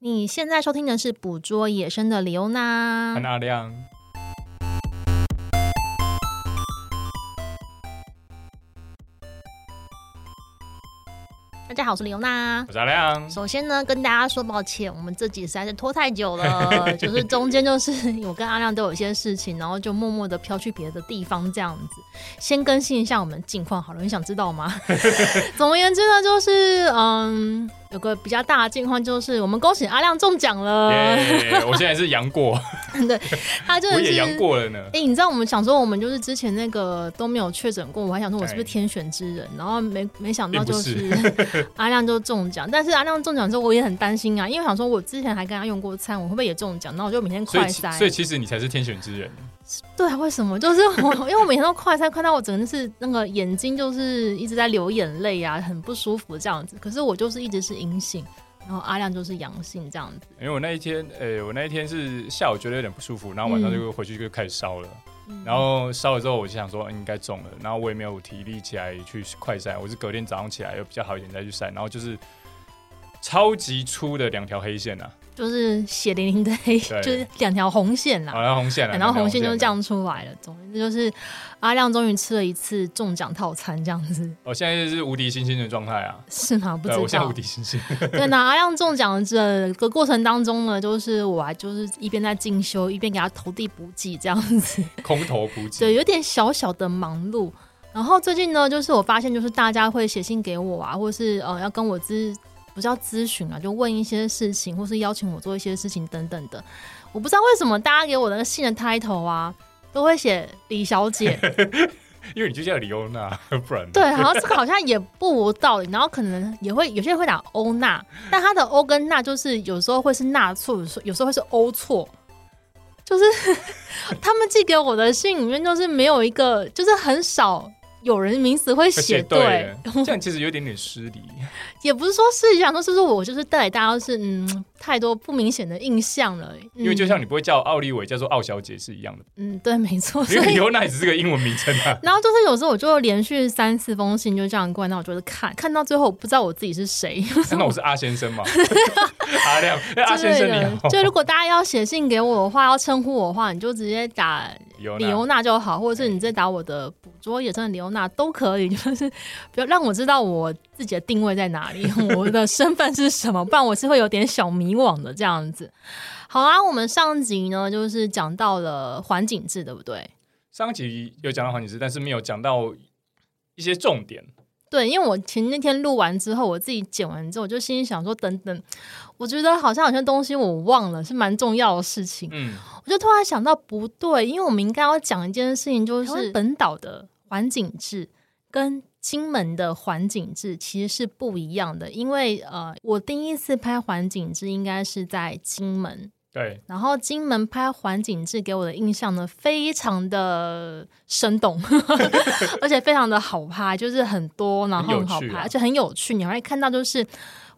你现在收听的是《捕捉野生的李欧娜潘》。大亮，大家好，我是李欧娜我。是阿亮，首先呢，跟大家说抱歉，我们这集实在是拖太久 了，就是中间就是我跟阿亮都有一些事情，然后就默默的飘去别的地方这样子。先更新一下我们近况好了，你想知道 吗？总而言之呢，就是嗯，有个比较大的近况就是我们恭喜阿亮中奖了，耶！我现在是杨过，他呃 真我的也是杨过了呢。哎、你知道我们想说，我们就是之前那个都没有确诊过，我还想说我是不是对天选之人，然后没没想到并不就是是 阿亮就中奖，但是阿亮中奖之后我也很担心啊，因为我想说我之前还跟他用过餐，我会不会也中奖？然后我就每天所快以其，筛，所以其实你才是天选之人，对啊，为什么？就是我 因为我每天都快筛，快到我整个是那个眼睛就是一直在流眼泪啊，很不舒服这样子，可是我就是一直是阴性。然后阿亮就是阳性这样子，因为我那一天，呃、我那一天是下午觉得有点不舒服，然后嗯晚上就回去就开始烧了，然后烧了之后我就想说嗯应该中了，然后我也没有体力起来去快筛，我是隔天早上起来又比较好一点再去筛，然后就是超级粗的两条黑线啊，就是血淋淋的黑，对就是两条红线啦。好像红线啊，欸然后红线就是是这。样出来了。总之就是阿亮终于吃了一次中奖套餐，这样子 我哦现在是无敌星星的状态啊，是吗？不知对，我现在道无。敌星星，对，那阿亮中奖的这个过程当中呢，就是我还就是一边在进修，一边给他投递补给这样 子，空头 补给。对，有点小小的忙碌。然后最近呢，就是我发现，就是大家会写信给我啊，或是呃要跟我咨，不是要咨询啊，就问一些事情，或是邀请我做一些事情等等的。我不知道为什么大家给我的那个信的 title 啊，都会写李小姐，因为你就叫李欧娜，不然呢对，好像这个好像也不无道理，然后可能也会有些人会打欧娜，但他的欧跟娜就是有时候会是娜错，有时候有时候会是欧错，就是 他们寄给我的信里面就是没有一个，就是很少有人名字会而写且对，对，这样其实有点点失 礼。也不是说是想说是不是我就是带给大家是嗯太多不明显的印象了，嗯、因为就像你不会叫奥利维叫做奥小姐是一样的，嗯对，没错，所因为以。李欧娜也只是个英文名称啊然后就是有时候我就连续三四封信就这样过来，那我就是看看到最后我不知道我自己是谁。那我是阿 先生嘛，阿亮，哎 阿之先类生的，你好，就如果大家要写信给我的话，要称呼我的话，你就直接打李欧李娜欧娜就好，或者是你直接打我的捕捉野生的李欧娜都可以，就是不要让我知道我自己的定位在哪里，我的身份是什么，不然我是会有点小迷惘的这样子。好啦，我们上集呢就是讲到了环境制，对不对？上集有讲到黄景之，但是没有讲到一些重点。对，因为我前那天录完之后，我自己剪完之后，我就心里想说，等等，我觉得好像有些东西我忘了，是蛮重要的事情。嗯，我就突然想到不对，因为我们应该要讲一件事情，就是本岛的环境制跟金门的环境制其实是不一样的。因为呃，我第一次拍环境制应该是在金门，对，然后金门拍环境制给我的印象呢，非常的生动， 而且非常的好拍，就是很多，然后很好很有拍，趣啊而且很有趣。你会看到就是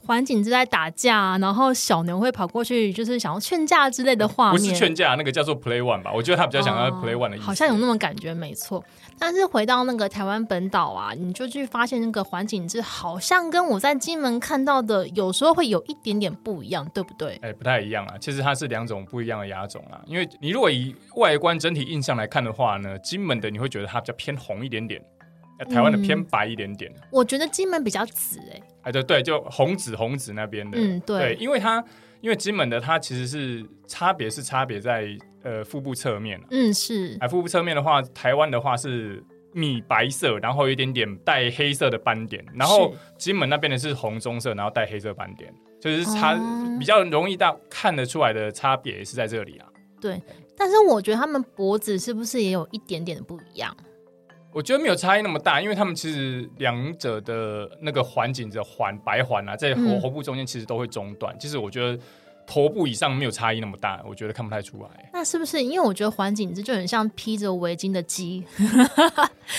环境制在打架啊，然后小牛会跑过去，就是想要劝架之类的画不面，哦是劝架，那个叫做 play one 吧，我觉得他比较想要 play one 的意思。好像有那种感觉，没错。但是回到那个台湾本岛啊，你就去发现那个环境是好像跟我在金门看到的有时候会有一点点不一样，对不对？哎、不太一样啊。其实它是两种不一样的牙种啊。因为你如果以外观整体印象来看的话呢，金门的你会觉得它比较偏红一点点，那台湾的嗯偏白一点点。我觉得金门比较紫哎、哎，对对，就红紫红紫那边的，嗯对因为它因为金门的它其实是差别是差别在呃腹部侧面、啊，嗯是，哎，腹部侧面的话，台湾的话是米白色，然后有一点点带黑色的斑点，然后金门那边的是红棕色，然后带黑色斑点，就是它哦比较容易到看得出来的差别是在这里啊。但是我觉得他们脖子是不是也有一点点的不一样？我觉得没有差异那么大，因为他们其实两者的那个环颈的环白环啊，在嗯喉喉部中间其实都会中断。其实我觉得头部以上没有差异那么大，我觉得看不太出来。那是不是因为我觉得环境这就很像披着围巾的鸡？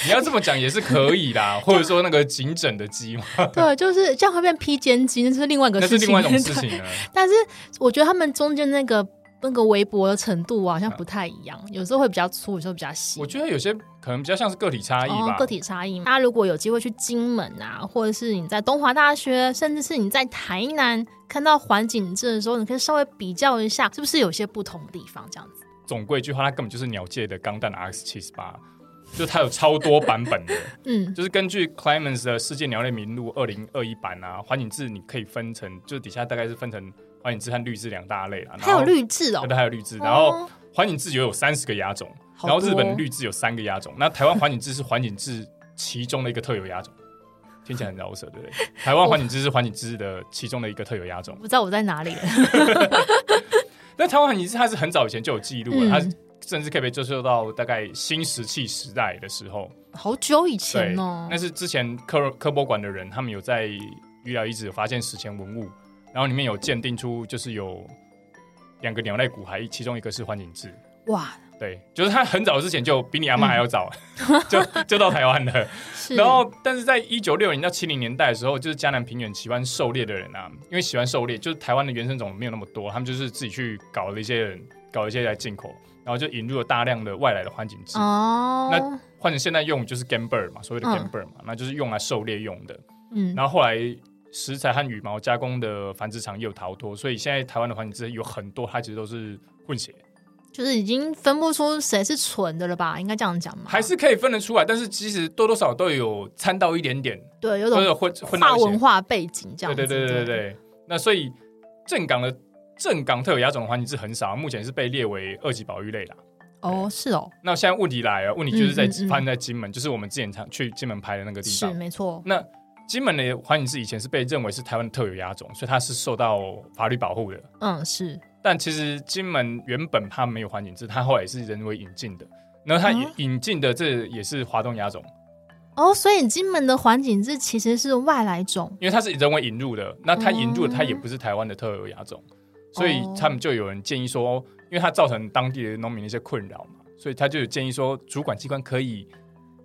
你要这么讲也是可以啦，或者说那个颈枕的 肌嘛，对，就是这样会变披肩鸡，那是另外一个那是 事情，另外一种事情呢。但是我觉得他们中间那个那个围脖的程度啊，好像不太一样，有时候会比较粗，有时候比较细。我觉得有些可能比较像是个体差异哦吧，，个体差异。大家如果有机会去金门啊，或者是你在东华大学，甚至是你在台南看到环景镇的时候，你可以稍微比较一下，是不是有些不同的地方？这样 子，总归一句话，它根本就是鸟界的钢弹 RX 七十八，就它有超多版本的。嗯，就是根据 Climans 的《世界鸟类名录》二零二一版啊，环景志你可以分成，就底下大概是分成环景志和绿志两大类啦。还有然后，绿质哦对，，还有绿志，哦然后环景志也有三十个亚种，好然后日多本哦绿志有三个亚种，那台湾环景志是环景志其中的一个特有亚种。听起来很饶舌， 对不对？台湾环景志是环景志的其中的一个特有亚种我。不知道我在哪里了。那台湾环境是它是很早以前就有记录嗯了，它甚至可以被追溯到大概新石器时代的时候。好久以对前，哦那，是之前科科博馆的人，他们有在鱼疗遗址有发现史前文物，然后里面有鉴定出就是有两个鸟类骨骸，其中一个是环景雉。哇，对，就是他很早之前就比你阿妈还要早， 就就到台湾了。嗯是， 然后，但是在一九六零到七零年代的时候，就是迦南平原喜欢狩猎的人啊，因为喜欢狩猎，就是台湾的原生种没有那么多，他们就是自己去搞了一些人，搞了一些来进口，然后就引入了大量的外来的环境雉，哦，换成现在用就是 game bird 嘛，所谓的嗯 game bird 嘛，那就是用来狩猎用的。嗯，然后后来食材和羽毛加工的繁殖场也有逃脱，所以现在台湾的环境雉有很多，它其实都是混血，嗯就是已经分不出谁是纯的了吧？应该这样讲嘛？还是可以分得出来，但是其实多多少少都有掺到一点点，对，有都种有混混跨到一些文化背景这样对子。对对对对对。那所以正港的正港特有亚种的环境是很少，目前是被列为二级保育类啦。哦，是哦，那现在问题来了，问题就是在嗯嗯嗯发生在金门，就是我们之前常去金门拍的那个地是方。没错，那金门的环境是以前是被认为是台湾的特有亚种，所以它是受到法律保护的。嗯，是但其实金门原本它没有环境制，它后来也是人为引进的。然后它啊引进的这也是华东亚种，哦，所以金门的环境是其实是外来种，因为它是人为引入的，那它引入的哦它也不是台湾的特有亚种，所以哦他们就有人建议说，因为它造成当地的农民的一些困扰嘛，所以他就有建议说，主管机关可以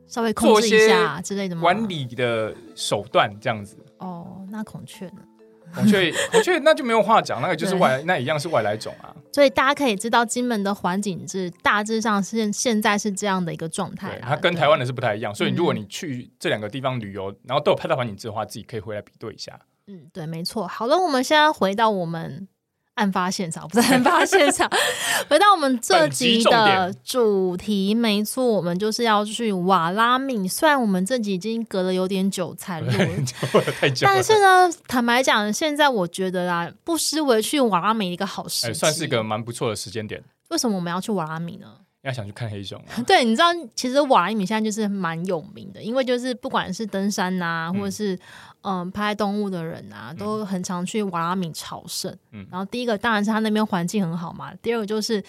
稍微控制做一些下之类的吗？管理的手段这样子。哦，那孔雀呢？孔 雀，孔雀那就没有话讲，那个就是外来，那一样是外来种啊。所以大家可以知道金门的环境是大致上是现在是这样的一个状态对，啦。它跟对台湾的是不太一样，所以嗯如果你去这两个地方旅游，然后都有拍到环境之的话，自己可以回来比对 一下。嗯，对，没错。好了，我们现在回到我们案发现场，不是案发现 场，回到我们这本集集重的点主题。没错，我们就是要去瓦拉米。虽然我们这集已经隔了有点久才录 了太久了，但是 呢，坦白讲，现在我觉得啦，不失为去瓦拉米一个好时哎，机。算是一个蛮不错的时间点。为什么我们要去瓦拉米呢？要想去看黑熊 啊，对，你知道，其实瓦拉米现在就是蛮有名的，因为就是不管是登山呐、嗯或者是嗯、拍动物的人啊，都很常去瓦拉米朝圣。嗯然后第一个当然是它那边环境很好嘛，第二个就是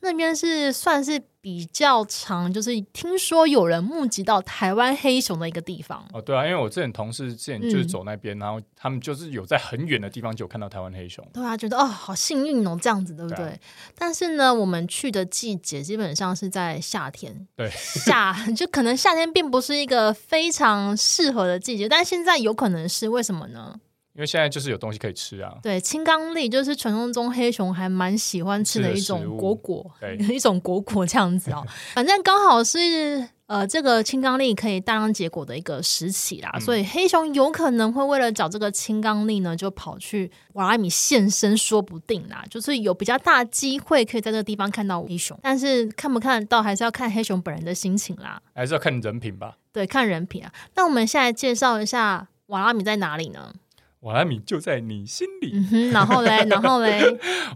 那边是算是比较长，就是听说有人目击到台湾黑熊的一个地方。 哦，对啊，因为我之前同事之前就是嗯走那边，然后他们就是有在很远的地方就有看到台湾黑熊，对啊，觉得哦，好幸运哦，这样子对不对？对啊但是呢，我们去的季节基本上是在夏天，对 夏就可能夏天并不是一个非常适合的季节，但现在有可能是为什么呢？因为现在就是有东西可以吃啊。对，青冈栎就是传说中黑熊还蛮喜欢吃的一吃的食种物果果，对 一种果果这样 子哦。反正刚好是呃，这个青冈栎可以大量结果的一个时期啦，嗯所以黑熊有可能会为了找这个青冈栎呢，就跑去瓦拉米现身，说不定啦。就是有比较大机会可以在这个地方看到黑熊，但是看不看得到还是要看黑熊本人的心情啦。还是要看人品吧。对，看人品啊。那我们现在介绍一下瓦拉米在哪里呢？瓦拉米就在你心里。嗯哼，然后嘞，然后嘞，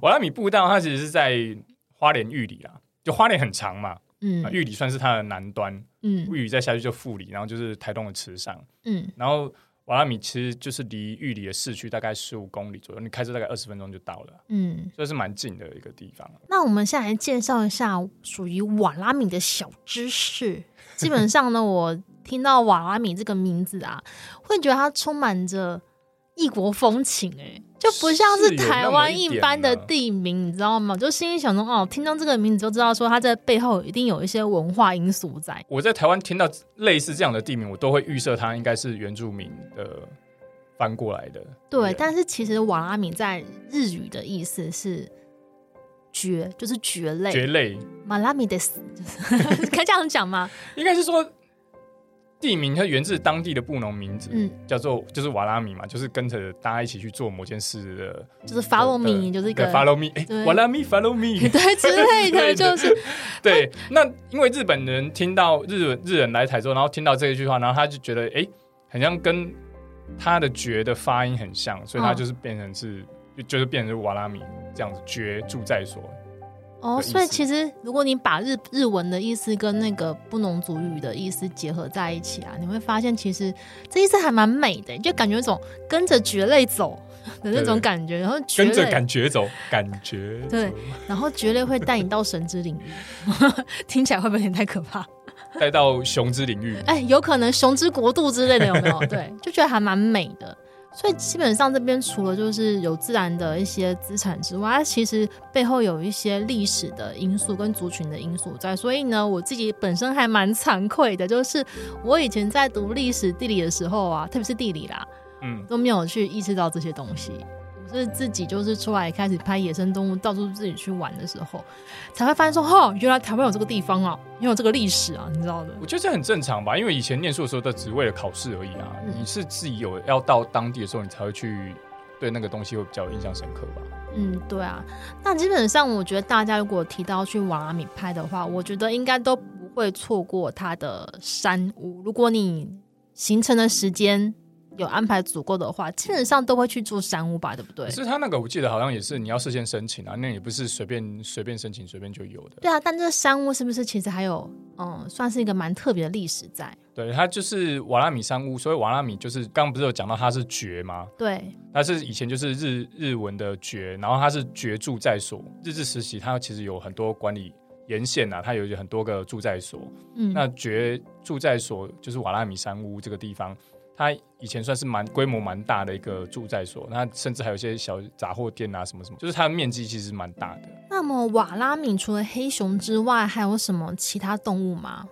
瓦拉米步道它其实是在花莲玉里啦，就花莲很长嘛，啊嗯玉里算是它的南端，嗯玉里再下去就富里，然后就是台东的池上，嗯，然后瓦拉米其实就是离玉里的市区大概十五公里左右，你开车大概二十分钟就到了，嗯，所以是蛮近的一个地方。那我们现在来介绍一下属于瓦拉米的小知识。基本上呢，我听到瓦拉米这个名字啊，会觉得它充满着异国风情、哎，就不像是是有那台么湾一一点般的啊地名，你知道吗？就心里想说，哦，听到这个名字就知道说它在背后一定有一些文化因素在。我在台湾听到类似这样的地名，我都会预设它应该是原住民的翻过来的。对，但是其实瓦拉米在日语的意思是蕨就是蕨类，蕨类马拉米 des，可以 这样讲吗？应该是说地名它源自当地的布农名字，嗯叫做就是瓦拉米嘛，就是跟着大家一起去做某件事的，就是 follow me，就是一对个 follow me，哎、对瓦拉米 follow me， 对之类的，对对就是哦对，那因为日本人听到日本日人来台之后，然后听到这一句话，然后他就觉得哎、诶很像跟他的觉的发音很像，所以他嗯就是变成是、就就是变成是瓦拉米这样子觉住在所，哦，的意所以思其实如果你把日日文的意思跟那个布农族语的意思结合在一起啊，你会发现其实这意思还蛮美的，就感觉有种跟着蕨类走的那对种对感觉，然后蕨跟着类，感觉走，感觉走对然后蕨类会带你到神之领域， 听起来会不会有点太可怕？带到雄之领域。哎，有可能熊之国度之类的有没有？对，就觉得还蛮美的。所以基本上这边除了就是有自然的一些资产之外，它其实背后有一些历史的因素跟族群的因素在。所以呢，我自己本身还蛮惭愧的，就是我以前在读历史地理的时候啊，特别是地理啦，嗯，都没有去意识到这些东西。我是自己就是出来开始拍野生动物，到处自己去玩的时候，才会发现说，哦，原来台湾有这个地方啊，也有这个历史啊，你知道的。我觉得这很正常吧，因为以前念书的时候，都只为了考试而已啊。嗯你是自己有要到当地的时候，你才会去对那个东西会比较印象深刻吧。嗯，对啊。那基本上，我觉得大家如果提到去瓦拉米拍的话，我觉得应该都不会错过它的山屋。如果你行程的时间有安排足够的话，基本上都会去住山屋吧，对不对可？是他那个我记得好像也是你要事先申请啊，那也不是随便随便申请随便就有的。对啊，但这山屋是不是其实还有嗯，算是一个蛮特别的历史在？对，它就是瓦拉米山屋，所以瓦拉米就是刚刚不是有讲到它是爵吗？对，它是以前就是日日文的爵，然后它是爵住在所。日治时期它其实有很多管理沿线啊，它有很多个住在所。嗯，那爵住在所就是瓦拉米山屋这个地方，它以前算是蛮规模蛮大的一个住在所，那甚至还有一些小杂货店啊什么什么，就是它的面积其实蛮大的。那么瓦拉米除了黑熊之外，还有什么其他动物吗？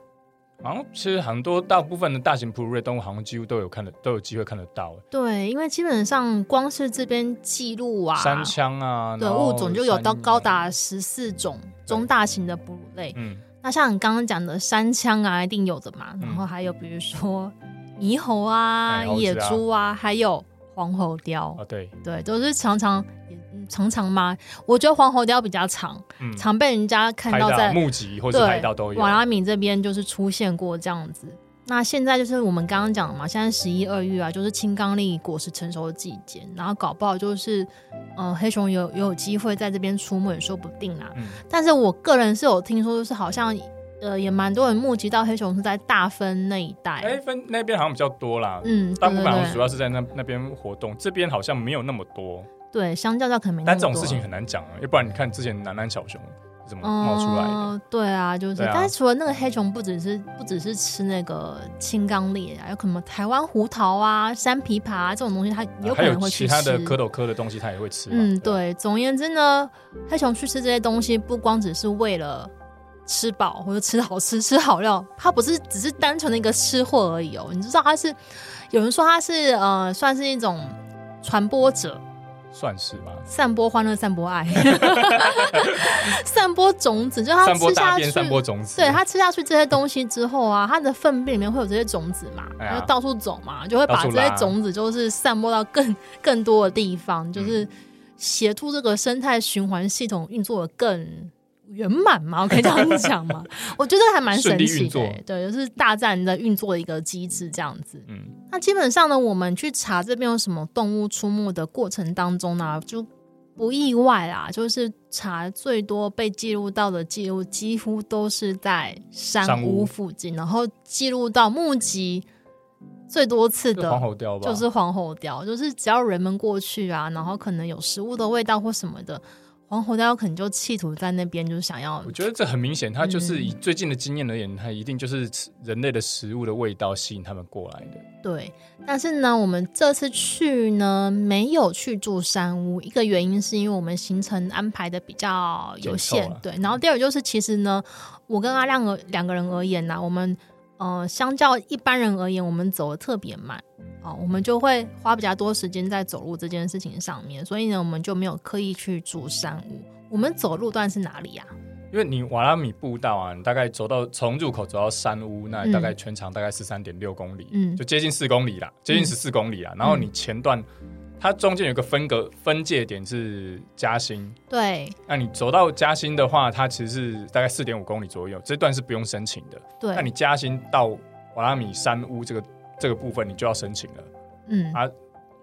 好像其实很多大部分的大型哺乳类动物，好像几乎都有看得都有机会看得到、对，因为基本上光是这边记录啊，山枪啊，对然后物种就有到山高达十四种中大型的哺乳类。嗯，那像你刚刚讲的山枪啊，一定有的嘛。然后还有比如说猕猴啊、哎猴子啊野猪啊，还有黄喉貂，哦对，对，都是常常也嗯常常吗？我觉得黄喉貂比较长，嗯，常被人家看拍到在到啊目击或者对拍到哦都有瓦，拉米这边就是出现过这样子。那现在就是我们刚刚讲的嘛，现在十一二月啊，就是青冈栎果实成熟的季节，然后搞不好就是，嗯、黑熊有有机会在这边出没也说不定啊。嗯但是我个人是有听说，就是好像，呃，也蛮多人目击到黑熊是在大分那一带，哎分那边好像比较多啦，嗯，大部分好对像对主对，要是在那那边活动，这边好像没有那么多，对，相较较可能没那但么这种多事情很难讲啊，要不然你看之前南南小熊是怎么冒出来的，嗯对啊，就是，对啊但是除了那个黑熊，不只是不只是吃那个青冈栎啊，有可能台湾胡桃啊、山枇杷、啊、这种东西，它也有可还能有会去其吃。他的蝌蚪科的东西它也会吃嘛，嗯，吧，对。总而言之呢，黑熊去吃这些东西，不光只是为了吃饱或者吃好吃、吃好料，它不是只是单纯的一个吃货而已哦。你知道它是，有人说它是呃，算是一种传播者，算是吧，散播欢乐、散播 爱， 散播种子，就是它散播吃大下便，去。散播种子，对它吃下去这些东西之后啊，它的粪便里面会有这些种子嘛，哎呀就到处走嘛，就会把到这处拉些种子就是散播到更 更多的地嗯方，就是协助这个生态循环系统运作的更圆满嘛，我可以这样讲 嘛？我觉得还蛮神顺利奇运的作欸、对，就是大自然的运作的一个机制这样子。嗯。那基本上呢，我们去查这边有什么动物出没的过程当中呢，就不意外啦，就是查最多被记录到的记录，几乎都是在山山屋屋附近，然后记录到目击最多次就黄的。喉啊貂吧，就是黄喉貂，就是只要人们过去啊，然后可能有食物的味道或什么的，黄喉貂可能就企图在那边，就是想要我觉得这很明显，它就是嗯以最近的经验而言，它一定就是吃人类的食物的味道吸引他们过来的。对，但是呢，我们这次去呢没有去住山屋，一个原因是因为我们行程安排的比较有限紧凑，啊对。然后第二就是，其实呢，我跟阿亮而两个人而言呢、我们呃，相较一般人而言，我们走的特别慢哦，我们就会花比较多时间在走路这件事情上面，所以呢，我们就没有刻意去住山屋。我们走路段是哪里呀、因为你瓦拉米步道啊，你大概走到从入口走到山屋那，嗯大概全长大概十三点六公里，嗯就接近四公里啦，接近嗯十四公里啊。然后你前段，它中间有一个分隔分界点是嘉兴，对那你走到嘉兴的话，它其实是大概四点五公里左右，这段是不用申请的。对，那你嘉兴到瓦拉米山屋这个这个部分，你就要申请了。嗯啊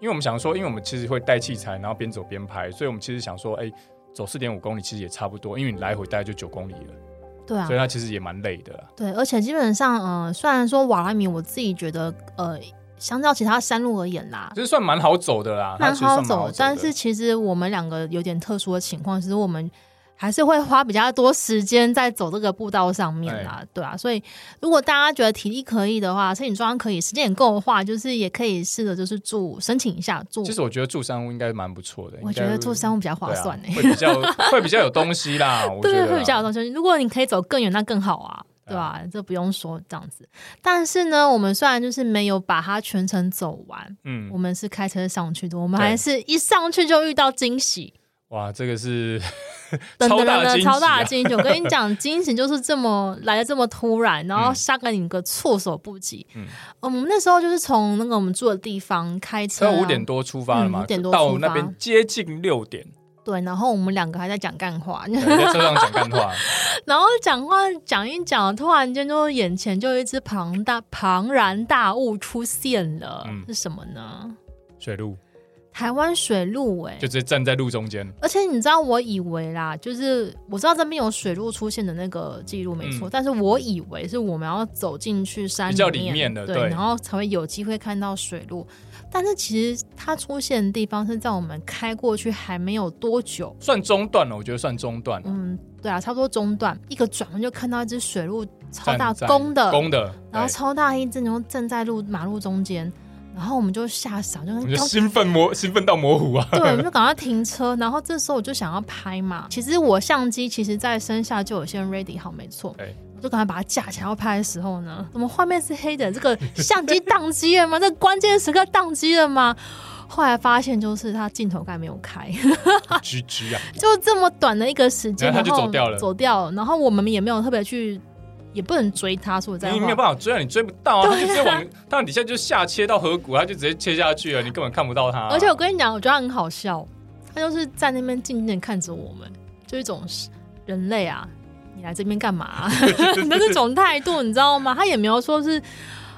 因为我们想说，因为我们其实会带器材，然后边走边拍，所以我们其实想说，哎、走四点五公里其实也差不多，因为你来回大概就九公里了，对啊所以，它其实也蛮累的啦。对，而且基本上，呃，虽然说瓦拉米，我自己觉得，呃，相较其他山路而言啦其，实算蛮好走的啦，它蛮其实算好蛮走，的但是其实我们两个有点特殊的情况，就是我们还是会花比较多时间在走这个步道上面哎啦，对啊，所以如果大家觉得体力可以的话，身体状况可以，时间也够的话，就是也可以试着就是住申请一下住其，实我觉得住山屋应该啊蛮不错的，我觉得住山屋屋比较划算呢、欸会比较会比较有东 西啦，我觉对，得会比较啦有东西。如果你可以走更远，那更好啊，对吧、这不用说这样子。但是呢，我们虽然就是没有把它全程走完，我嗯，们是开车上去的，我们对还是一上去就遇到惊喜，哇，这个是等超等大等的惊等，喜啊超大的惊喜！我 跟你讲，惊喜就是这么来的这么突然，然后杀给你个措手不及。嗯我们那时候就是从那个我们住的地方开车、车啊，五点多出发了嗯嘛，五点多到出发那边接近六点，对，然后我们两个还在讲干话， 对在车上讲干话，然后讲话讲一讲，突然间就眼前就有一只庞大庞然大物出现了，嗯是什么呢？水路台湾水路哎、就直接站在路中间，而且你知道，我以为啦，就是我知道这边有水路出现的那个记录没错，嗯但是我以为是我们要走进去山比较里里面的对，对然后才会有机会看到水路。但是其实它出现的地方是在我们开过去还没有多久，算中段了，我觉得算中段了，嗯，对啊，差不多中段一个转弯就看到一只水路超大站在公的，公的，哎然后对超大一只牛站在路马路中间，然后我们就吓傻，就我跟们就兴奋模兴奋到模糊啊，对， 我们就赶快停车。然后这时候我就想要拍嘛，其实我相机其实在身下就有先 ready 好，没错。对我就赶快把它架起来要拍的时候呢，怎么画面是黑的？这个相机宕机了吗？ 这关键时刻宕机了吗？后来发现就是它镜头盖没有开， 居居啊，就这么短的一个时间，然后它就走掉了走掉了。然后我们也没有特别去，也不能追它，说实在你没话有办法追啊，你追不到啊，对他啊就直接往他底下就下切到河谷，他就直接切下去了，你根本看不到他啊， 而且我跟你讲，我觉得他很好笑，他就是在那边静静地看着我们，就一种人类啊，你来这边干嘛、啊？ 的这种态度，你知道吗？他也没有说是，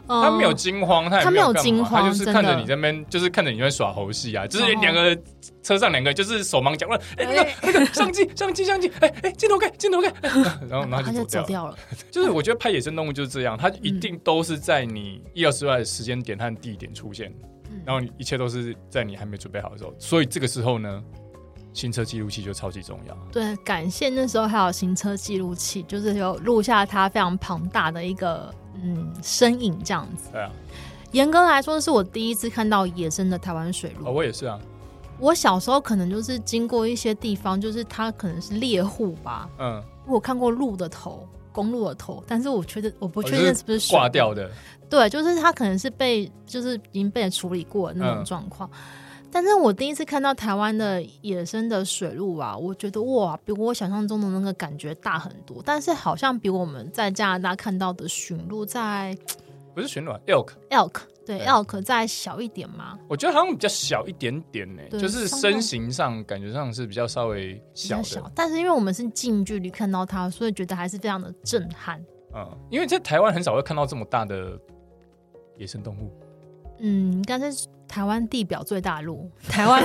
呃他没有惊慌，他他也没有干没有嘛惊慌他就是看着真的你这边，就是看着你在耍猴戏啊，就是然后两个车上两个就是手忙脚乱，哎、那个哎那个相机相机相机，哎哎镜头盖镜头盖，然后然后他就就走走掉了。掉了。就是我觉得拍野生动物就是这样，它一嗯定都是在你意料之外的时间点和地点出现，嗯然后你一切都是在你还没准备好的时候，所以这个时候呢，行车记录器就超级重要。啊对，感谢那时候还有行车记录器，就是有录下他非常庞大的一个嗯身影这样子。对啊，严格来说，是我第一次看到野生的台湾水鹿。哦，我也是啊，我小时候可能就是经过一些地方，就是它可能是猎户吧，嗯，我有看过鹿的头，公鹿的头，但是我确定我不哦确就定是是不是水挂鹿掉。的，对，就是它可能是被就是已经被人处理过的那种嗯状况。但是我第一次看到台湾的野生的水鹿啊，我觉得哇，比我想象中的那个感觉大很多。但是好像比我们在加拿大看到的驯鹿在不是旋卵 elk， elk 对对 elk 再小一点嘛，我觉得好像比较小一点点呢、对就是身形上感觉上是比较稍微比小较的，小。但是因为我们是近距离看到它，所以觉得还是非常的震撼。嗯，因为在台湾很少会看到这么大的野生动物，嗯，应该是台湾地表最大 陆，台湾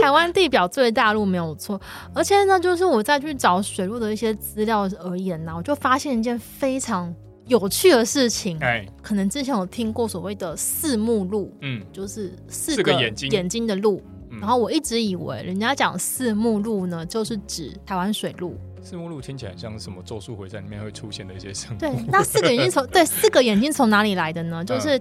台湾地表最大陆没有错。而且呢，就是我再去找水路的一些资料而言呢、我就发现一件非常有趣的事情。哎，可能之前有听过所谓的四目鹿，嗯，就是四四个个眼睛眼睛的鹿。嗯然后我一直以为人家讲四目鹿呢，就是指台湾水鹿。嗯四目鹿听起来像什么《咒术回战》里面会出现的一些生物，对，那四个眼睛从对四个眼睛从哪里来的呢？就是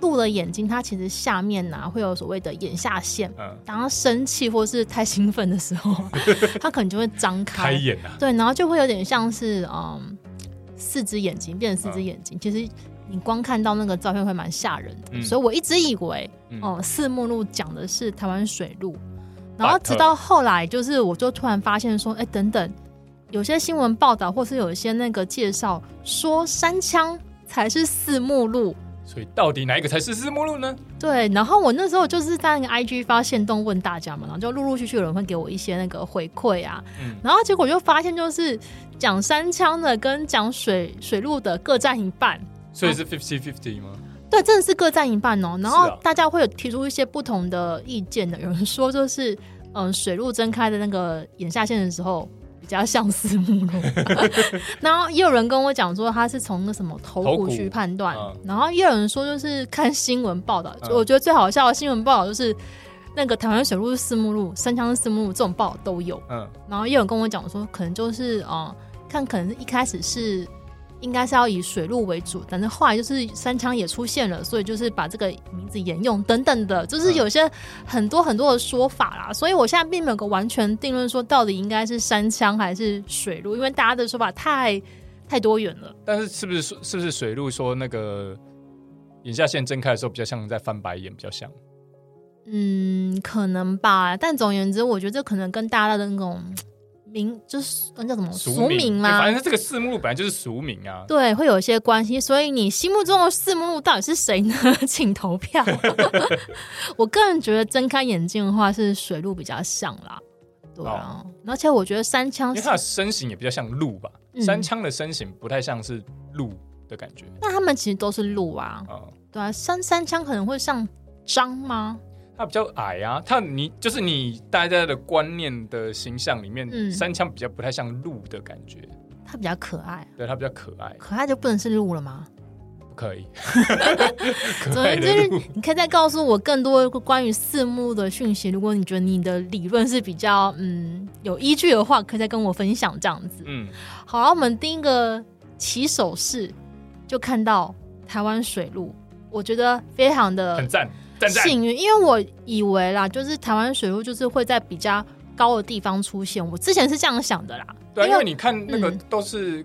鹿的眼睛，它其实下面呐、会有所谓的眼下线。嗯，当它生气或是太兴奋的时候啊，它可能就会张开开，眼啊，对，然后就会有点像是嗯四只眼睛变成嗯四只眼睛。其实你光看到那个照片会蛮吓人的，嗯所以我一直以为嗯哦、四目鹿讲的是台湾水鹿。然后直到后来，就是我就突然发现说，哎、等等，有些新闻报道或是有一些那个介绍说山枪才是四目鹿。所以到底哪一个才是四目录呢？对，然后我那时候就是在那个 IG 发现动问大家嘛，然后就陆陆续续有人会给我一些那个回馈啊，嗯然后结果就发现就是讲山枪的跟讲水水路的各占一半，所以是 fifty fifty 吗？对，真的是各占一半哦。然是后啊大家会有提出一些不同的意见的，有人说就是嗯，水路睁开的那个眼下线的时候。比较像四目 鹿，然后也有人跟我讲说他是从那什么头头骨骨去判断，嗯然后也有人说就是看新闻报道，嗯我觉得最好笑的新闻报道就是那个台湾水路是四目鹿，三枪是四目鹿这种报道都有，嗯，然后也有人跟我讲说，可能就是呃，看可能是一开始是应该是要以水路为主，但是后来就是三枪也出现了，所以就是把这个名字沿用等等的，就是有些很多很多的说法啦。所以我现在并没有个完全定论说到底应该是山枪还是水路，因为大家的说法太太多元了。但是是不是说是不是水路说那个眼下线睁开的时候比较像在翻白眼，比较像？哦嗯，可能吧。但总而言之，我觉得这可能跟大家的那种名就是那叫什么俗名对嘛，反正这个四目录本来就是俗名啊。对，会有一些关系。所以你心目中的四目录到底是谁呢？ 请投票。 我个人觉得睁开眼睛的话是水路比较像啦，对啊。而且我觉得三哦因枪为是，它的身形也比较像鹿吧，嗯山枪的身形不太像是鹿的感觉那他们其实都是鹿啊，啊、对啊。三三枪可能会像张吗？它比较矮啊，它你就是你大家的观念的形象里面，嗯山枪比较不太像鹿的感觉，它比较可爱，对，它比较可爱，可爱就不能是鹿了吗？不 可以， 总可而爱言的鹿之，你可以再告诉我更多关于四目的讯息。如果你觉得你的理论是比较嗯有依据的话，可以再跟我分享这样子。嗯，好，我们第一个起手式就看到台湾水路，我觉得非常的很赞，赞赞，幸运，因为我以为啦，就是台湾水路就是会在比较高的地方出现，我之前是这样想的啦。对啊，因因为为你看那个嗯都是、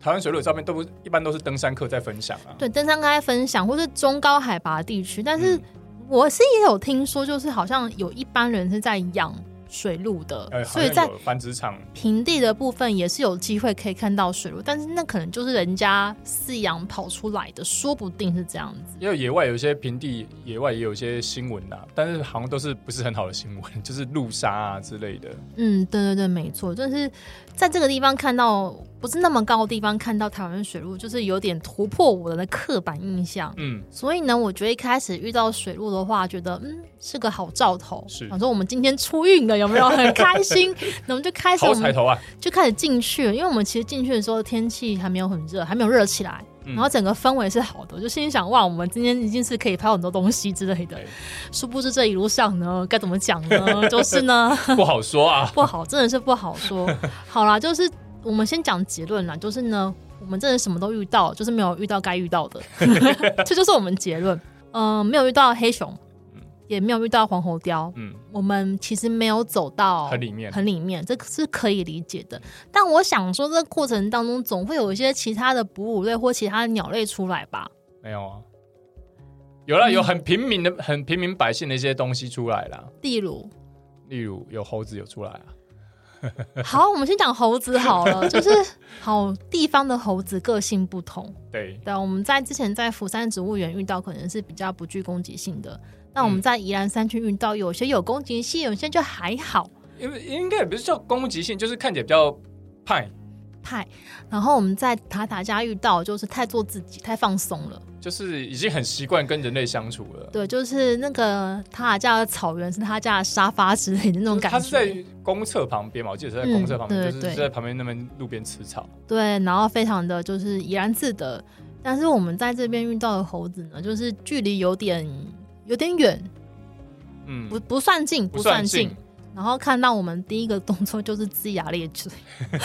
台湾水路的照片，都不一般都是登山客在分享啊，对，登山刚才分享，或是中高海拔地区，但是嗯我是也有听说，就是好像有一般人是在养水路的，呃，好所以像在有繁殖场，平地的部分也是有机会可以看到水路，但是那可能就是人家饲养跑出来的，说不定是这样子。因为野外有一些平地，野外也有一些新闻啊，但是好像都是不是很好的新闻， 就是路杀啊之类的。嗯，对对对，没错，就是在这个地方看到不是那么高的地方看到台湾水路，就是有点突破我的刻板印象。嗯，所以呢，我觉得一开始遇到水路的话，觉得嗯是个好兆头。是想说我们今天出运了，有没有很开心？ 那我们就开始，好我彩们头 啊！就开始进去了，因为我们其实进去的时候天气还没有很热，还没有热起来，嗯然后整个氛围是好的，我就心里想哇，我们今天一定是可以拍很多东西之类的对。殊不知这一路上呢，该怎么讲呢？ 就是呢。不好说啊。不好，真的是不好 说。好啦，就是我们先讲结论啦，就是呢，我们真的什么都遇到，就是没有遇到该遇到 的，这就是我们结论。嗯、没有遇到黑熊，也没有遇到黄喉貂，嗯，我们其实没有走到哦很里面很里面，这是可以理解的。但我想说，这过程当中总会有一些其他的哺乳类或其他的鸟类出来吧？没有啊。有啦，有很平民的、很平民百姓的一些东西出来啦，例 如，例如有猴子有出来啊，好，我们先讲猴子好了，就是好地方的猴子个性不同。对，对，我们在之前在釜山植物园遇到，可能是比较不具攻击性的。那嗯我们在宜兰山区遇到，有些有攻击性，有些就还好因为应该也不是叫攻击性，就是看起来比较派，派。然后我们在塔塔家遇到，就是太做自己，太放松了。就是已经很习惯跟人类相处了。对，就是那个塔塔家的草原是他家的沙发之类的那种感他是觉。在公厕旁边嘛，我记得是在嗯公厕旁边，对就是对在旁边那边路边吃草。对，然后非常的就是怡然自得。但是我们在这边遇到的猴子呢，就是距离有点有点远，嗯，不不算近，不算近。，然后看到我们第一个动作就是龇牙咧嘴，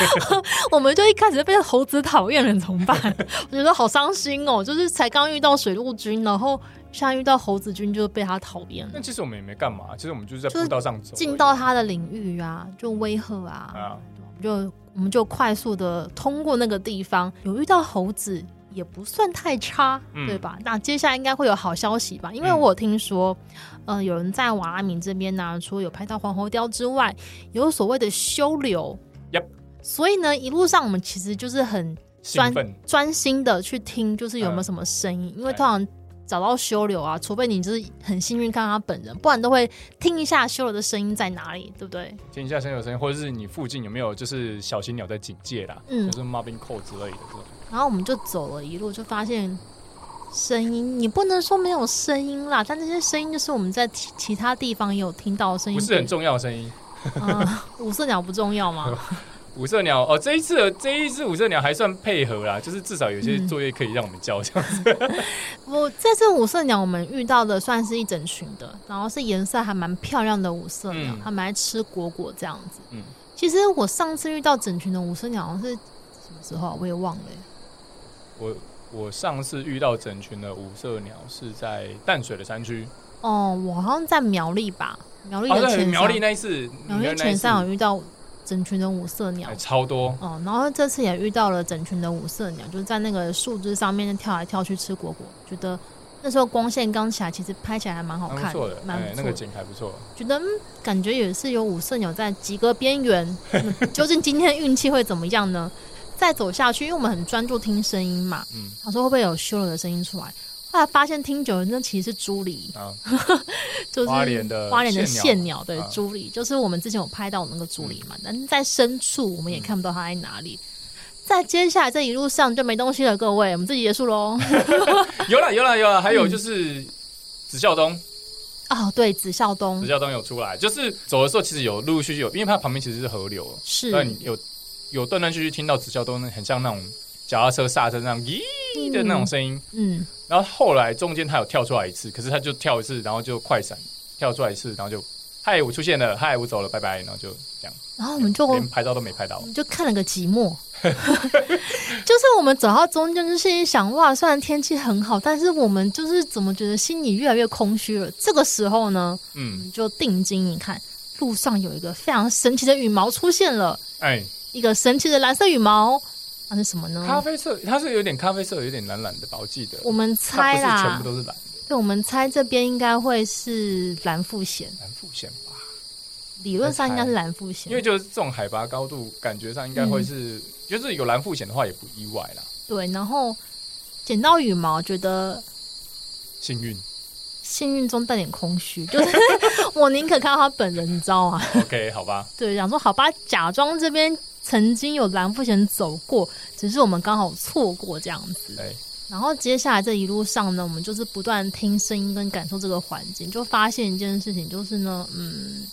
我们就一开始就被猴子讨厌了，怎么办？ 我觉得好伤心哦，就是才刚遇到水陆军，然后现在遇到猴子军就被他讨厌了那，其实我们也没干嘛，其实我们就是在就是步道上走而已，进到他的领域啊，就威吓啊，啊，就我们就快速的通过那个地方，有遇到猴子。也不算太差，嗯对吧？那接下来应该会有好消息吧？因为我有听说，嗯、有人在瓦拉米这边呢、除了有拍到黄喉貂之外，有所谓的修流。 Yep 所以呢，一路上我们其实就是很兴奋，专心的去听，就是有没有什么声音，因为嗯对通常找到修流啊，除非你就是很幸运看到他本人，不然都会听一下修流的声音在哪里，对不对？听一下声有声音，或者是你附近有没有就是小型鸟在警戒啦，嗯就是 mobbing call 之类的这种。然后我们就走了一路，就发现声音，你不能说没有声音啦，但这些声音就是我们在其其他地方也有听到的声音，不是很重要的声音。嗯，五色鸟不重要 吗？五色鸟哦，这一次的这一次五色鸟还算配合啦，就是至少有嗯些作业可以让我们交这样子。我哦这次五色鸟我们遇到的算是一整群的，然后是颜色还蛮漂亮的五色鸟，嗯它们爱吃果果这样子。嗯其实我上次遇到整群的五色鸟好像是什么时候啊、我也忘了耶、我我上次遇到整群的五色鸟是在淡水的山区，哦，我好像在苗栗吧，苗栗哦的对，前苗山，栗那一次，苗栗那一前次山有遇到整群的五色鸟哎。超多，哦，然后这次也遇到了整群的五色鸟，就是在那个树枝上面跳来跳去吃果果，觉得那时候光线刚起来，其实拍起来还蛮好蛮不看错的，蛮不哎，错那的个景还不错。觉得、嗯、感觉也是有五色鸟在及格边 缘，那究竟今天的运气会怎么样呢？再走下去，因为我们很专注听声音嘛，嗯想说会不会有修罗的声音出来？后来发现听久了，那其实是朱鹂，啊， 就是花莲的花莲的线线鸟，对啊，嗯朱鹂，就是我们之前有拍到那个朱鹂嘛，但是在深处我们也看不到它在哪里。在接下来这一路上就没东西了，各位，我们自己结束 喽。有啦有 啦有啦，还有就是紫孝东，哦，对，紫孝紫东孝东有出来，就是走的时候其实有陆陆续续有，因为它旁边其实是河流，哦是那你有有断断续续听到紫孝东很像那种脚踏车刹车那样咦的那种声音，嗯，然后后来中间他有跳出来一次，可是他就跳一次，然后就快闪跳出来一次，然后就嗨我出现了，嗨我走了，拜拜，然后就这样，然后我们就连拍照都没拍到我，们就看了个寂寞。 就是我们走到中间，就是一想哇，虽然天气很好，但是我们就是怎么觉得心里越来越空虚了。这个时候呢，我嗯，们就定睛一看，路上有一个非常神奇的羽毛出现了，哎，一个神奇的蓝色羽毛，啊那是什么咖呢？啡色，它是有点咖啡色，有点蓝蓝的吧，我记得，嗯我们它不猜是全啦部，都是蓝对，我们猜这边应该会是蓝腹鹇，蓝腹鹇吧，理论上应该是猜蓝腹鹇，因为就是这种海拔高度，感觉上应该会嗯是，就是有蓝腹鹇的话也不意外啦，对，然后捡到羽毛，觉得 幸运幸运中带点空虚，就是 我宁可看到他本人，你知道吗？ ，OK，好吧，对，想说好吧，假装这边曾经有蓝富贤走过，只是我们刚好错过这样子。对，然后接下来这一路上呢，我们就是不断听声音跟感受这个环境，就发现一件事情，就是呢，嗯，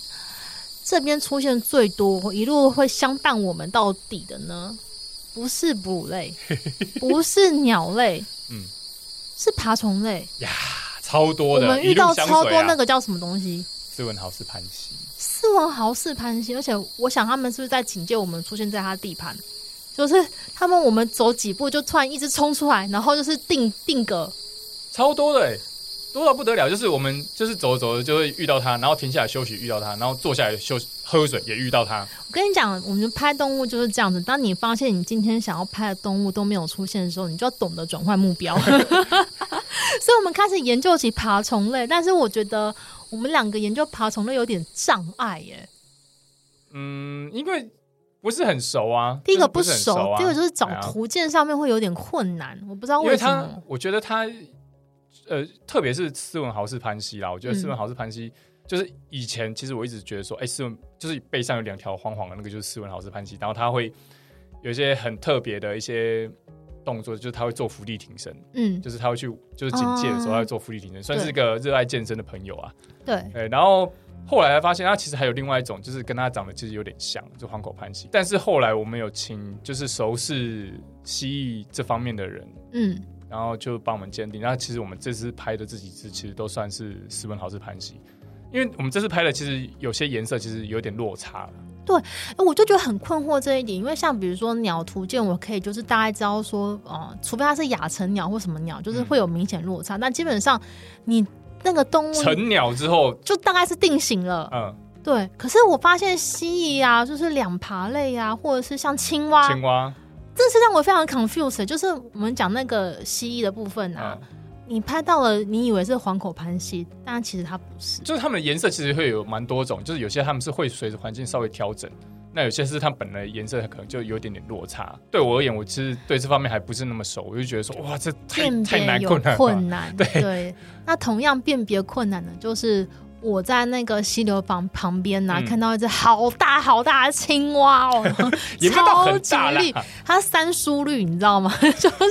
这边出现最多，一路会相伴我们到底的呢，不是哺乳 类，不是鸟类，嗯，是爬虫类。超多我的，们一遇路到香超水多啊那个叫什么东西？斯文豪是潘西，斯文豪是潘西，而且我想他们是不是在警戒我们出现在他地盘？就是他们我们走几步就突然一直冲出来，然后就是定定格，超多的、欸，多到不得了。就是我们就是走着走着就会遇到他，然后停下来休息遇到他，然后坐下来休息喝水也遇到他。我跟你讲，我们拍动物就是这样子。当你发现你今天想要拍的动物都没有出现的时候，你就要懂得转换目 标。 所以我们开始研究起爬虫类，但是我觉得我们两个研究爬虫类有点障碍耶。嗯，因为不是很熟啊，第一个就是不是很熟，啊，第二个就是找对啊图鉴上面会有点困难，我不知道因为什他么。我觉得他呃，特别是斯文豪是潘西啦，我觉得斯嗯文豪是潘西。就是以前，其实我一直觉得说，哎、斯文就是背上有两条黄黄的，那个就是斯文豪是潘西，然后他会有一些很特别的一些动作，就是他会做伏地挺身，嗯，就是他会去，就是警戒的时候，哦他会做伏地挺身，算是一个热爱健身的朋友啊。对，对，然后后来才发现，他其实还有另外一种，就是跟他长得其实有点像，就黄口潘西。但是后来我们有请就是熟识蜥蜴这方面的人，嗯，然后就帮我们鉴定。那其实我们这次拍的这几只，其实都算是斯文豪氏潘西，因为我们这次拍的其实有些颜色其实有点落差了。哎我就觉得很困惑这一点，因为像比如说鸟图鉴，我可以就是大概知道说，哦、除非它是亚成鸟或什么鸟，就是会有明显落差。但基本上你那个动物成鸟之后，就大概是定型了，嗯，对。啊可是我发现蜥蜴啊，就是两爬类啊，或者是像青蛙，青蛙这是让我非常 confused，就是欸我们讲那个蜥蜴的部分啊，啊，你拍到了，你以为是黄口攀蜥，但其实它不是。就是它们的颜色其实会有蛮多种，就是有些它们是会随着环境稍微调整，那有些是它本来颜色可能就有点点落差。对我而言，我其实对这方面还不是那么熟，我就觉得说哇，这太辨太别难有困难了吧。难，对那同样辨别困难的就是。我在那个溪流旁旁边呐、嗯看到一只好大好大的青蛙 哦，也没有到超很级大啦绿，它三叔绿，你知道吗？ 就是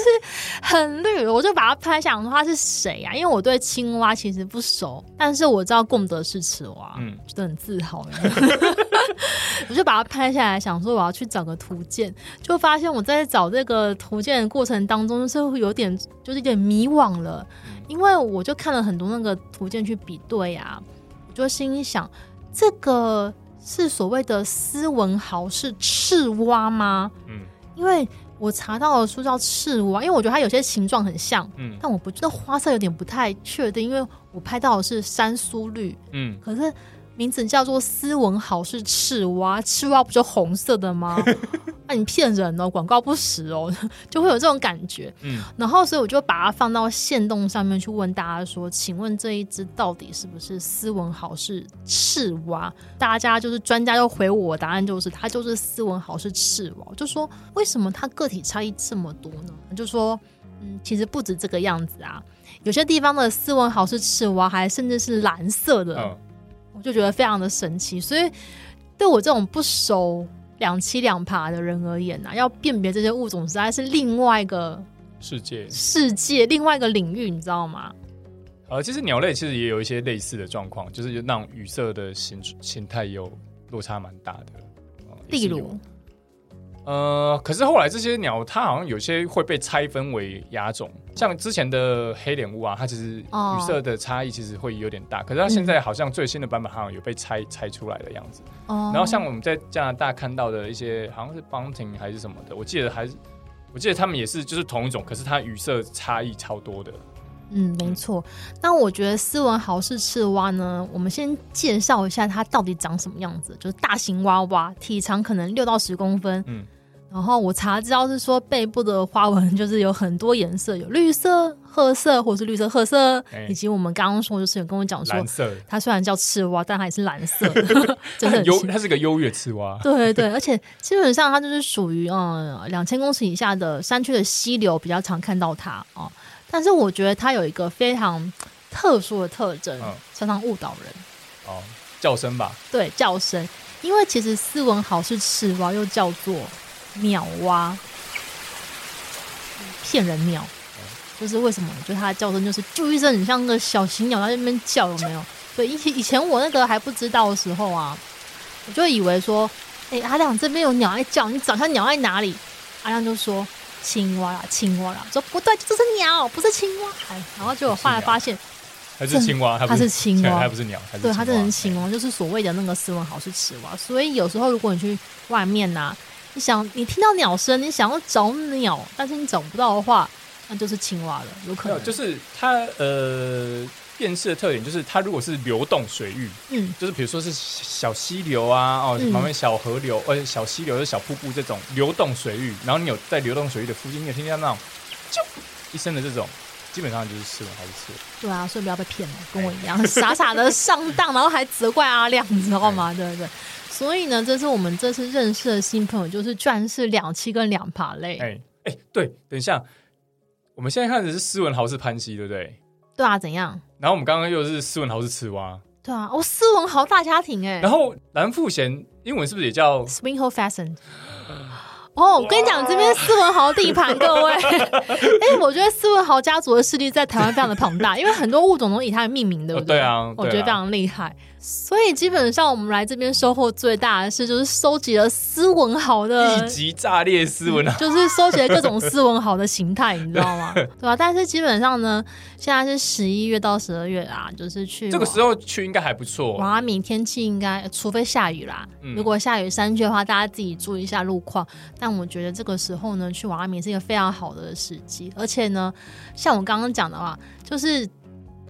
很绿，我就把它拍下来，我说它是谁啊？因为我对青蛙其实不熟，但是我知道贡德是雌蛙，嗯觉得很自豪。欸 我就把它拍下来，想说我要去找个图鉴，就发现我在找这个图鉴的过程当中，就是会有点就是有点迷惘了，因为我就看了很多那个图鉴去比对啊，我就心里想，这个是所谓的斯文豪是赤蛙吗？嗯因为我查到的书叫赤蛙，因为我觉得它有些形状很像，嗯但我不知道花色有点不太确定，因为我拍到的是山苏绿，嗯，可是名字叫做斯文豪是赤蛙，赤蛙不就红色的 吗？那、你骗人哦，广告不实哦， 就会有这种感觉。嗯，然后所以我就把它放到线动上面去问大家说，请问这一只到底是不是斯文豪是赤蛙？大家就是专家就回我，答案就是它就是斯文豪是赤蛙。我就说为什么它个体差异这么多呢？就说嗯，其实不止这个样子啊。有些地方的斯文豪是赤蛙，还甚至是蓝色的，嗯我就觉得非常的神奇。所以对我这种不熟两栖两爬的人而言啊，要辨别这些物种实在是另外一个世界世界、另外一个领域，你知道吗？呃，其实鸟类其实也有一些类似的状况，就是有那种羽色的形形态有落差蛮大的。呃例，也是如，有呃，可是后来这些鸟，它好像有些会被拆分为亚种，像之前的黑脸乌啊，它其实哦嗯羽色的差异其实会有点大，可是它现在好像最新的版本好像有被拆拆出来的样子。哦然后像我们在加拿大看到的一些，好像是 bunting 还是什么的，我记得还是，我记得他们也是就是同一种，可是它羽色差异超多的。嗯，没错。那我觉得斯文豪氏赤蛙呢，我们先介绍一下它到底长什么样子，就是大型蛙蛙，体长可能六到十公分。嗯然后我查资料是说，背部的花纹就是有很多颜色，有绿色、褐色，或是绿色、褐色，哎以及我们刚刚说，就是有跟我讲说蓝，色的它虽然叫赤蛙，但它也是蓝色的， 真的很优奇，它是个优越刺蛙。对对对，而且基本上它就是属于嗯两千公尺以下的山区的溪流比较常看到它哦。但是我觉得它有一个非常特殊的特征嗯，常常误导人。哦，叫声吧，对，叫声，因为其实斯文豪是赤蛙，又叫做鸟蛙，骗人鸟。就是为什么？就它的叫声就是啾一声，很像个小型鸟在那边叫，有没有？对，以前以前我那个还不知道的时候啊，我就以为说，哎、阿亮这边有鸟在叫，你找一下鸟在哪里？阿亮就说青蛙啦，青蛙啦，我说不对，这是鸟，不是青蛙。哎然后结果后来发现还是青蛙？它不它是青蛙 它不是鸟，它是对，它真的很青形蛙。容就是所谓的那个斯文豪是雌蛙，所以有时候如果你去外面呐、你想你听到鸟声，你想要找鸟，但是你找不到的话，那就是青蛙了，有可没有，能就是它呃，辨识的特点就是它如果是流动水域，嗯就是比如说是小溪流啊，哦嗯，旁边小河流，呃，小溪流、小瀑布这种流动水域，然后你有在流动水域的附近，你有听见那种啾一声的这种，基本上就是吃了还是吃了。对啊，所以不要被骗了，跟哎我一样 傻傻的上当，然后还责怪阿亮，你知道哎吗？对对对，所以呢，这是我们这次认识的新朋友，就是居然是两栖跟两爬类，哎、哎、对，等一下，我们现在看的是斯文豪是潘西，对不对？对啊，怎样？然后我们刚刚又是斯文豪是吃蛙，对啊，哦，斯文豪大家庭哎、然后蓝富贤英文是不是也叫 s w i n g h o Fashion。哦，我跟你讲，这边斯文豪地盘，各位。 哎、我觉得斯文豪家族的势力在台湾非常的庞大，因为很多物种都以他的命名，对不哦对啊我对啊觉得非常厉害。所以基本上我们来这边收获最大的是，就是收集了斯文豪的一，级炸裂斯文豪？啊就是收集了各种斯文豪的形态，你知道 吗？对吧、但是基本上呢，现在是十一月到十二月啊，就是去这个时候去应该还不错。瓦米天气应该，呃除非下雨啦。嗯如果下雨山区的话，大家自己注意一下路况。但我觉得这个时候呢，去瓦米是一个非常好的时机。而且呢，像我刚刚讲的话，就是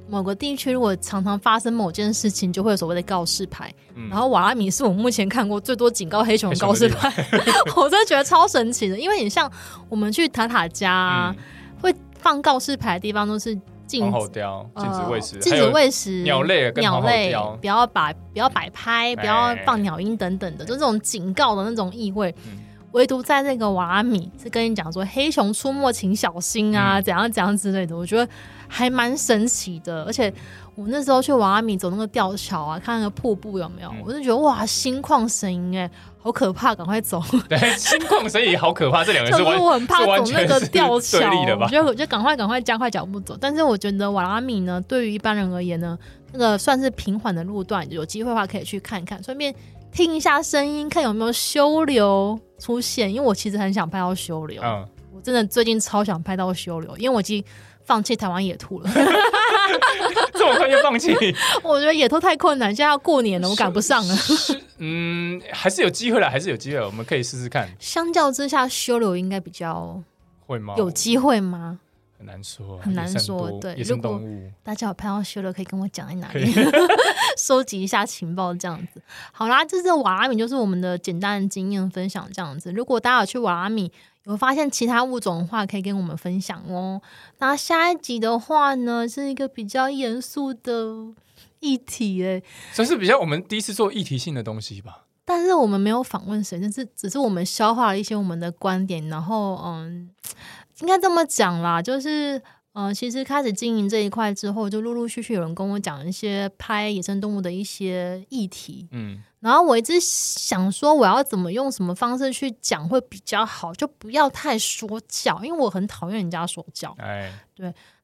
某个地区如果常常发生某件事情，就会有所谓的告示牌。嗯然后瓦拉米是我目前看过最多警告黑熊的告示牌， 我真的觉得超神奇的。因为你像我们去塔塔加、啊嗯会放告示牌的地方都是禁黄喉雕、禁止喂食，呃禁还止有喂食鸟类跟鸟黄喉类雕，不要摆不要摆拍，不要哎放鸟音等等的，就这种警告的那种意味。嗯唯独在那个瓦拉米是跟你讲说黑熊出没，请小心啊，嗯怎样怎样之类的，我觉得还蛮神奇的。而且我那时候去瓦拉米走那个吊桥啊，看那个瀑布有没有，嗯我就觉得哇，心旷神怡哎，好可怕，赶快走。 对，心旷神怡好可怕，这两个就是是完我很怕是完走那全个是吊桥，对立的我吧？觉得我就赶快赶快加快脚步走。但是我觉得瓦拉米呢，对于一般人而言呢，那个算是平缓的路段，有机会的话可以去看看，顺便听一下声音，看有没有修流出现。因为我其实很想拍到修流，嗯，我真的最近超想拍到修流，因为我已经放弃台湾野兔了， 这么快就放弃， 我觉得野兔太困难，现在要过年了，我赶不上了。嗯，还是有机会了，还是有机会，我们可以试试看，相较之下，修流应该比较会吗？有机会吗？很难说啊，很难野生说动物对野如生果动物，大家有拍到修了，可以跟我讲在哪可里以， 收集一下情报，这样子。好啦，这是瓦拉米，就是我们的简单的经验分享，这样子。如果大家有去瓦拉米，有发现其他物种的话，可以跟我们分享哦。那下一集的话呢，是一个比较严肃的议题诶，算是比较我们第一次做议题性的东西吧。但是我们没有访问谁，但是只是我们消化了一些我们的观点，然后嗯，应该这么讲啦，就是呃，其实开始经营这一块之后，就陆陆续续有人跟我讲一些拍野生动物的一些议题，嗯，然后我一直想说，我要怎么用什么方式去讲会比较好，就不要太说教，因为我很讨厌人家说教。哎，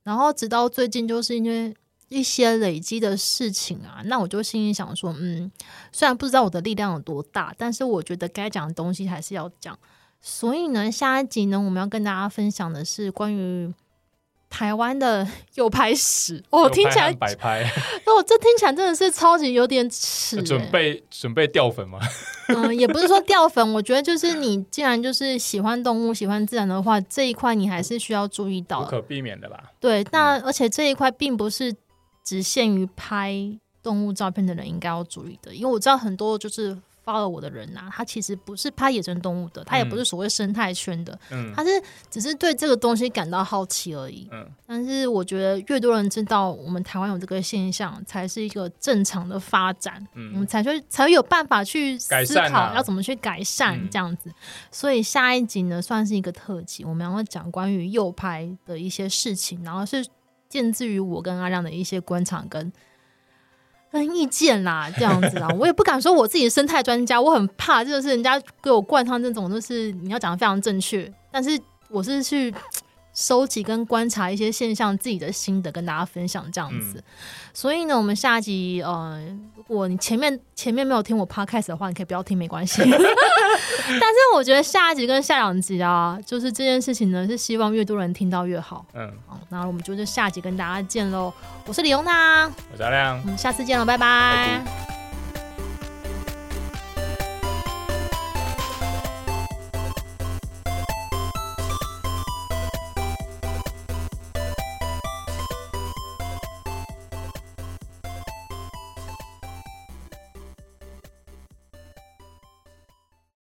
然后直到最近，就是因为一些累积的事情啊，那我就心里想说，嗯，虽然不知道我的力量有多大，但是我觉得该讲的东西还是要讲。所以呢，下一集呢，我们要跟大家分享的是关于台湾的 右拍史。哦，有听拍起来，和摆拍，哦，这听起来真的是超级有点耻、欸。准备准备掉粉吗？嗯，也不是说掉粉，我觉得就是你既然就是喜欢动物、喜欢自然的话，这一块你还是需要注意到无的。可避免的吧。对，那而且这一块并不是只限于拍动物照片的人应该要注意的，因为我知道很多就是 follow 我的人呐、他其实不是拍野生动物的，他也不是所谓生态圈的，嗯他是只是对这个东西感到好奇而已。嗯，但是我觉得越多人知道我们台湾有这个现象，才是一个正常的发展，嗯我们才去才会有办法去思改善考啊要怎么去改善嗯这样子。所以下一集呢，算是一个特辑，我们要讲关于右拍的一些事情，然后是建自于我跟阿亮的一些观察跟。跟意见啦，这样子啦，啊 我也不敢说我自己是生态专家，我很怕就是人家给我冠上这种，就是你要讲的非常正确，但是我是去收集跟观察一些现象，自己的心得跟大家分享这样子。嗯所以呢，我们下集呃，如果你前面前面没有听我 podcast 的话，你可以不要听，没关 系。但是我觉得下一集跟下两集啊，就是这件事情呢，是希望越多人听到越好。嗯，好，那我们就是下集跟大家见喽。我是李荣娜，我是阿亮我。们下次见了，拜拜拜拜